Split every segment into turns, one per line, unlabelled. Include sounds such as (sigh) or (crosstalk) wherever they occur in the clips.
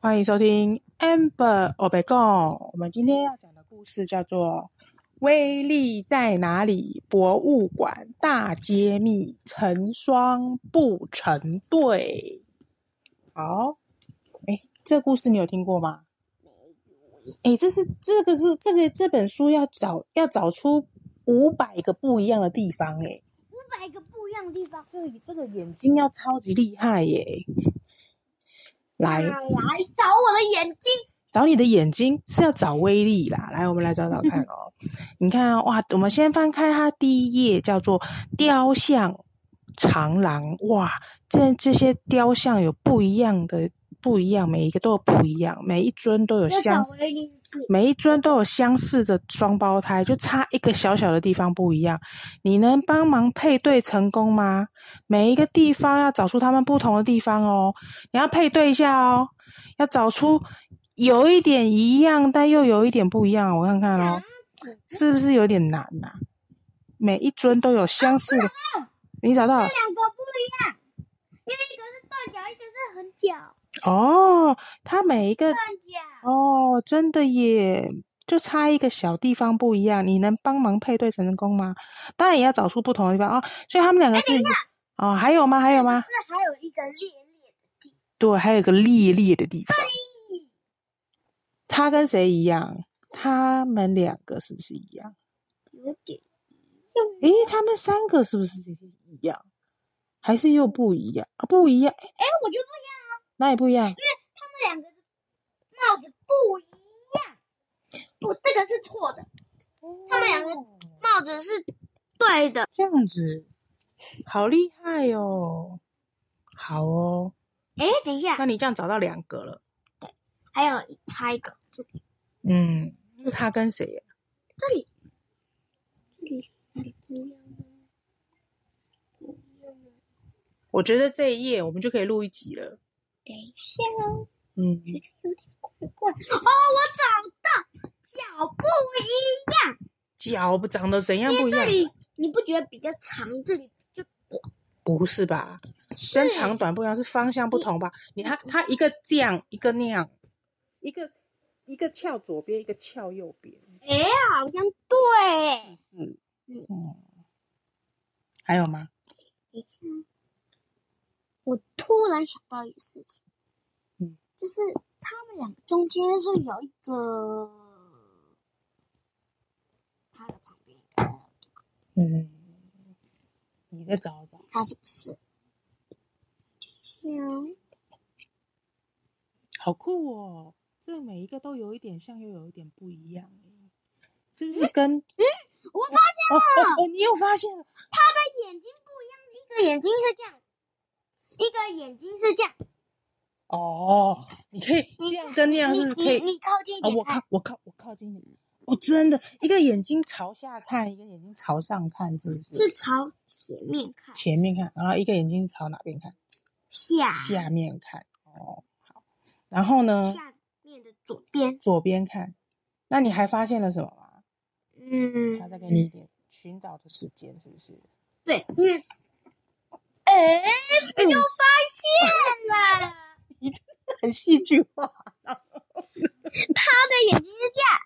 欢迎收听 Amber 欧北贡。我们今天要讲的故事叫做《威力在哪里？博物馆大揭秘，成双不成对》。好，哎，这故事你有听过吗？哎，这是这个是这个这本书要找要找出五百个不一样的地方哎、
五百个不一样的地方。
这这个眼睛要超级厉害耶！来
来找我的眼睛，
找你的眼睛是要找威力啦，来，我们来找找看哦。你看、啊，哇，我们先翻开它第一页，叫做雕像长廊。哇，这这些雕像有不一样的，不一样，每一个都有不一样，每一尊都有
要
相
找
似。
威力去。
每一尊都有相似的双胞胎，就差一个小小的地方不一样。你能帮忙配对成功吗？每一个地方要找出他们不同的地方哦，你要配对一下哦，要找出有一点一样，但又有一点不一样。我看看哦，是不是有点难呐、每一尊都有相似的，你找到了
两个不一样，因为一个是断脚，一个是横脚。
哦？它每一个
断脚，
哦，真的耶，就差一个小地方不一样。你能帮忙配对成功吗？当然也要找出不同的地方哦。所以他们
哎
两个是哦，还有吗？还有吗？
那还有一个裂裂的地
对，还有一个裂裂的地方。他跟谁一样？他们两个是不是一样？
有点。
诶，他们三个是不是一样？还是又不一样啊？不一样，诶
哎，我觉得
哪里不一样？
他们两个的帽子不一样。不，这个是错的，他们两个帽子是对的。
哦这样子，好厉害哦！好哦，
哎，等一下，
那你这样找到两个了。
还有差一个，这里，
嗯，那他跟谁呀、
这里，这里哪里不一样呢？不一样呢？
我觉得这一页我们就可以录一集了。
等一下哦。
嗯，
觉得有点怪怪。哦，我找到，脚不一样，
脚不长得怎样不一
这
样？
里你不觉得比较长，这里就
不是吧？
是嗯
跟长短不一样，是方向不同吧？你看，它一个这样，一个那样，一个一个翘左边，一个翘右边。
哎、好像对。
嗯
嗯
嗯，还有吗？
等一下，我突然想到一个事情，
嗯，
就是他们两个中间是有一个，他的旁边一个，
嗯，你再找找。
他是不是？像
好酷哦！这每一个都有一点像，又有一点不一样耶，是不是跟？
我发
哦
现
哦哦，你又发现了。
他的眼睛不一样，一个眼睛是这样，一个眼睛是这样。
哦，你可以
你
这样跟那样
你
是可以。
你你啊靠近一
哦，
点
我
看，
靠，我靠，我靠近你。我真的一个眼睛朝下看，一个眼睛朝上看，是不是？
是朝前面看，
前面看，然后一个眼睛是朝哪边看？
下
下面看。哦，好。然后呢，
下面的左边，
左边看。那你还发现了什么吗？
嗯，
他再给你一点寻找的时间，是不是？
对，因为，哎，
哎、我
发现了，
(laughs) 很戏剧化。
他的眼睛是这样，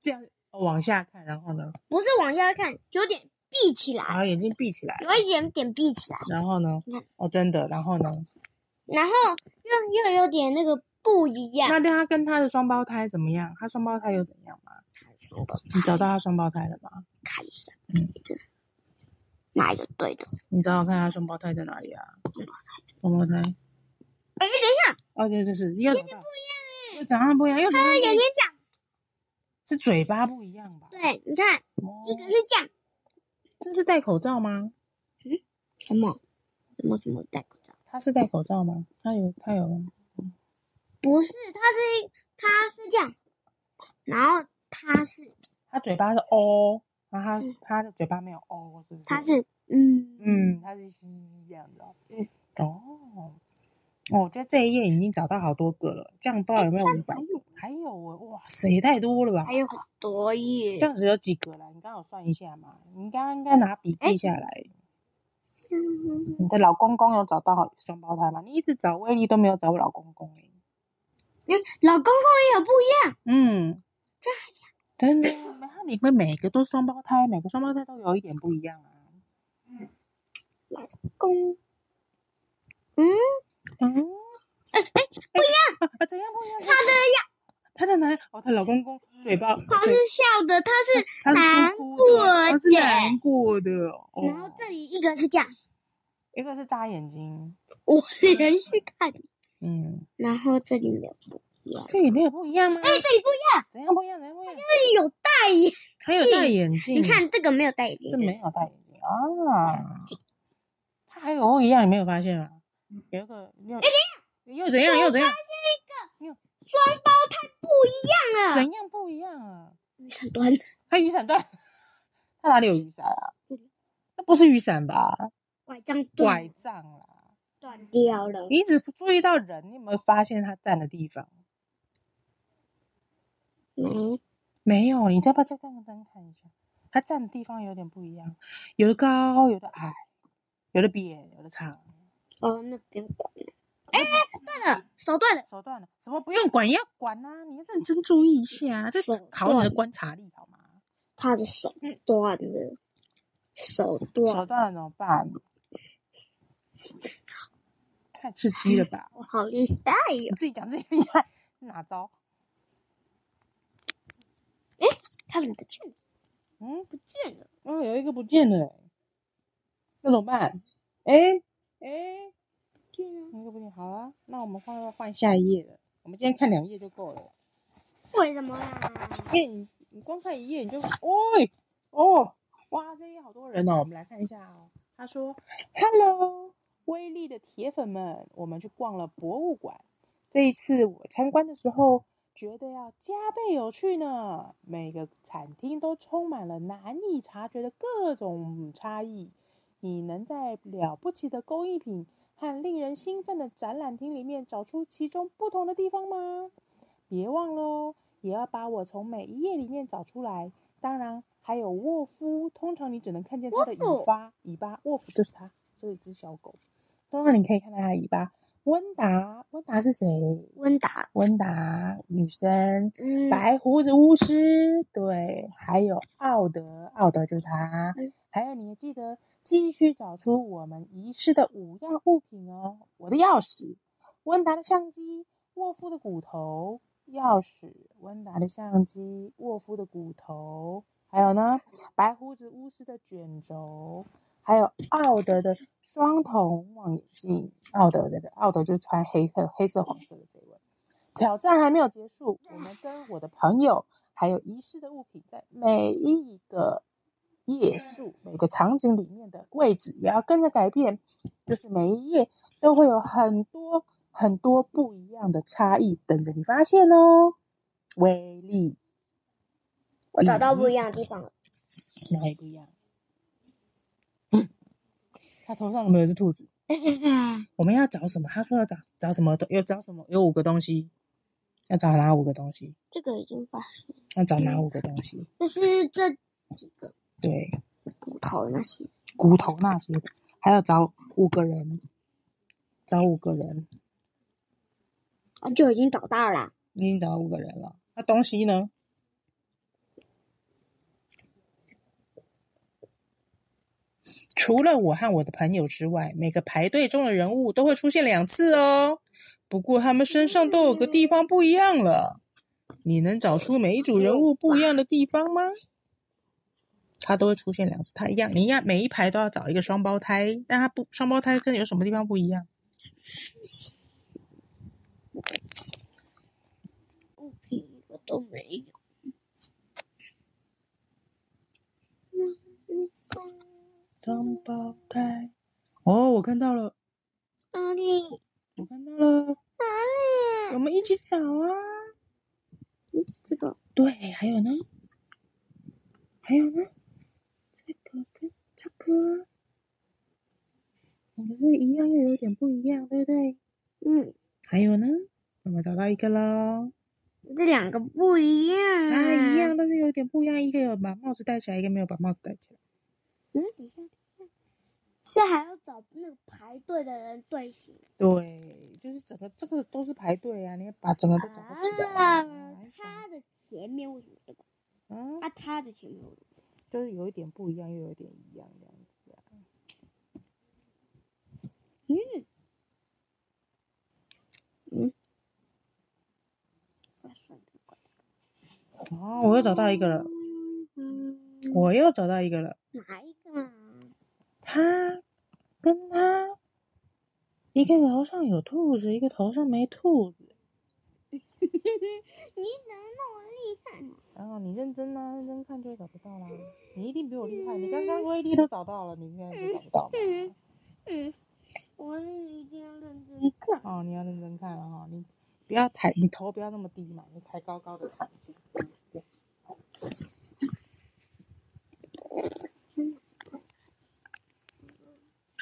这样哦往下看，然后呢，
不是往下看，有点闭起
然
来，
后眼睛闭起来，
有一点点闭起来，
然后呢
嗯，
哦，真的，然后呢，
然后又又有点那个不一样。
那他跟他的双胞胎怎么样？他双胞胎又怎样吗？
说吧，
你找到他双胞胎了吗？
看一下，
嗯
这哪一个对的？
你找找看他双胞胎在哪里啊？双胞胎，
哎哎，等一下，哎
哦，对对是，又找到，又长得不一样，又长得
他
不一
眼
样
睛这样，
是嘴巴不一样吧？
对，哎你看，
哦
一个是这样，
这是戴口罩吗？
什么什么什么戴口罩。
他是戴口罩吗？他有他有吗
不是，它是它是这样，然后它是
他嘴巴是 O，然后他
嗯
他的嘴巴没有 O，是不是？
它是嗯
嗯，它是西医这样子哦。
嗯，
哦，哦我觉得这一页已经找到好多个了，这样不知道有没有五百
还？有
还有我哇塞，也太多了吧
还？有很多
这
页，
样子有几个了？你刚好算一下嘛，你刚刚应该拿笔记下来。
嗯
你的老公公有找到双胞胎吗？你一直找威力都没有找我老公公哎、
嗯，老公公也有不一样，
嗯，
这
真的，然后你们每个都双胞胎，每个双胞胎都有一点不一样啊。
公，嗯，
嗯，
哎哎，
啊 (laughs) 啊怎样不一样？
他的
她的男哦，她老公公嘴巴，
他是
对
笑的，他是，
他是
难
哭哭
过
的，他是
的
难过的哦。
然后这里一个是这样，
一个是眨眼睛，
我连续看，
嗯，
然后这里有不一样，
这里没有不一样吗？
哎，这里不一样，
怎样不一样？怎样不一样？
这里有戴眼，
还有戴眼镜，
你看这个没有戴眼镜
这，没有戴眼镜啊，他还有不一样，你没有发现吗？有一个又
哎
又怎样又怎样
双胞胎不一样啊，
怎样不一样啊？
雨伞端，
他雨伞断，他哪里有雨伞啊
这里？
那不是雨伞吧？
拐杖断
拐杖啦！
断掉了，
你只注意到人，你有没有发现他站的地方？
嗯，
没有，你再把这个灯看一下，它站的地方有点不一样，有的高，有的矮，有的扁，有的长。
哦，那边管，哎，断了，手断了，
手段了，什么不用管，也要管啊！你要认真注意一下啊，这
手
考你的
段
观察力好吗？
他的手断了，手
手
断，
段了怎么办？太刺激了吧！
我好厉害哟
你。自己讲自己厉害，哪招？
他们不见了，
嗯，
不见了，
哦，有一个不见了欸，那怎么办？哎哎，
不见了。
那个不见，好啊，那我们换换下一页了。我们今天看两页就够了。
为什么啊啦？
因为你你光看一页你就，哦哦，哇，这页好多人哦，我们来看一下哦。他说：“Hello，威力的铁粉们，我们去逛了博物馆。这一次我参观的时候，觉得要加倍有趣呢。每个餐厅都充满了难以察觉的各种差异。你能在了不起的工艺品和令人兴奋的展览厅里面找出其中不同的地方吗？别忘了哦，也要把我从每一页里面找出来。当然，还有沃夫，通常你只能看见它的
沃夫
尾巴，尾巴沃夫这是它，这一只小狗。通常你可以看到它的尾巴。温达，温达是谁？
温达，
温达女生，
嗯，
白胡子巫师，对，还有奥德，奥德就是他
嗯，
还有你也记得继续找出我们遗失的五样物品哦，我的钥匙，温达的相机，沃夫的骨头，钥匙，温达的相机，沃夫的骨头，还有呢，白胡子巫师的卷轴，还有奥德的双筒望远镜，奥德的奥德就穿黑色黑色黄色的这一位。挑战还没有结束，我们跟我的朋友还有遗失的物品，在每一个页数、每个场景里面的位置也要跟着改变，就是每一页都会有很多很多不一样的差异等着你发现哦。威力
我找到不一样的地方 (laughs) 了。
哪里不一样？他头上有没有一只兔子？我们要找什么？他说要找找什么？有找什么？有五个东西，要找哪五个东西？
这个已经发，
要找哪五个东西？
就是这几个
对，
骨头那些，
骨头那些，还要找五个人，找五个人，
啊，就已经找到了。
你已经找到五个人了。那东西呢？除了我和我的朋友之外，每个排队中的人物都会出现两次哦。不过他们身上都有个地方不一样了。你能找出每一组人物不一样的地方吗？他都会出现两次，他一样，你一样，每一排都要找一个双胞胎，但他不双胞胎跟有什么地方不一样？
物品哦一个都没有。
双胞胎。哦，我看到了，
哪里？
我看到了。
哪
我
里？
们一起找啊！
这个
对，还有呢，还有呢，这个跟这个，我们是一样又有点不一样，对不对？
嗯，
还有呢，我们找到一个喽，
这两个不一样啊。
啊，一样，。但是有点不一样，一个有把帽子戴起来，一个没有把帽子戴起来。
嗯，等一下，等一下，是还要找那个排队的人队形。
对，就是整个这个都是排队啊，你要把整个都找不起来啊。
啊，他的前面为什么这个？
嗯，
啊，他的前面为什么？
就是有一点不一样，又有一点一样这样子啊。
嗯，嗯，啊算了管
哦，我又找到一个了，
嗯，
我又找到一个了。
哪一个啊？ (laughs)
他跟他一个头上有兔子，一个头上没兔子。
你怎么那么厉害呢？
然后你认真啊，认真看就会找不到啦。你一定比我厉害，你刚刚威力都找到了，你现在就找不到嘛。
嗯嗯，我一定要认真看。
哦，你要认真看了哈，你不要抬，你头不要那么低嘛，你抬高高的看。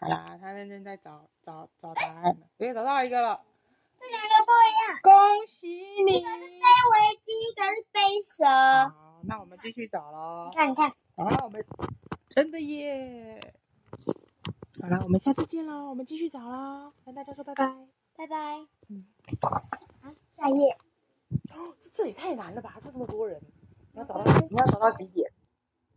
好啦，他认真在找找找答案了，也找到一个了，
这两个不一样，
恭喜你！
背围巾，一个是背蛇。
好，那我们继续找喽。
看你看，
好啦，我们真的耶！好啦，我们下次见喽，我们继续找喽，跟大家说拜拜。
拜拜。
嗯
啊，下一页。
哦，这这也太难了吧！这这么多人，你要找到你要找到几点？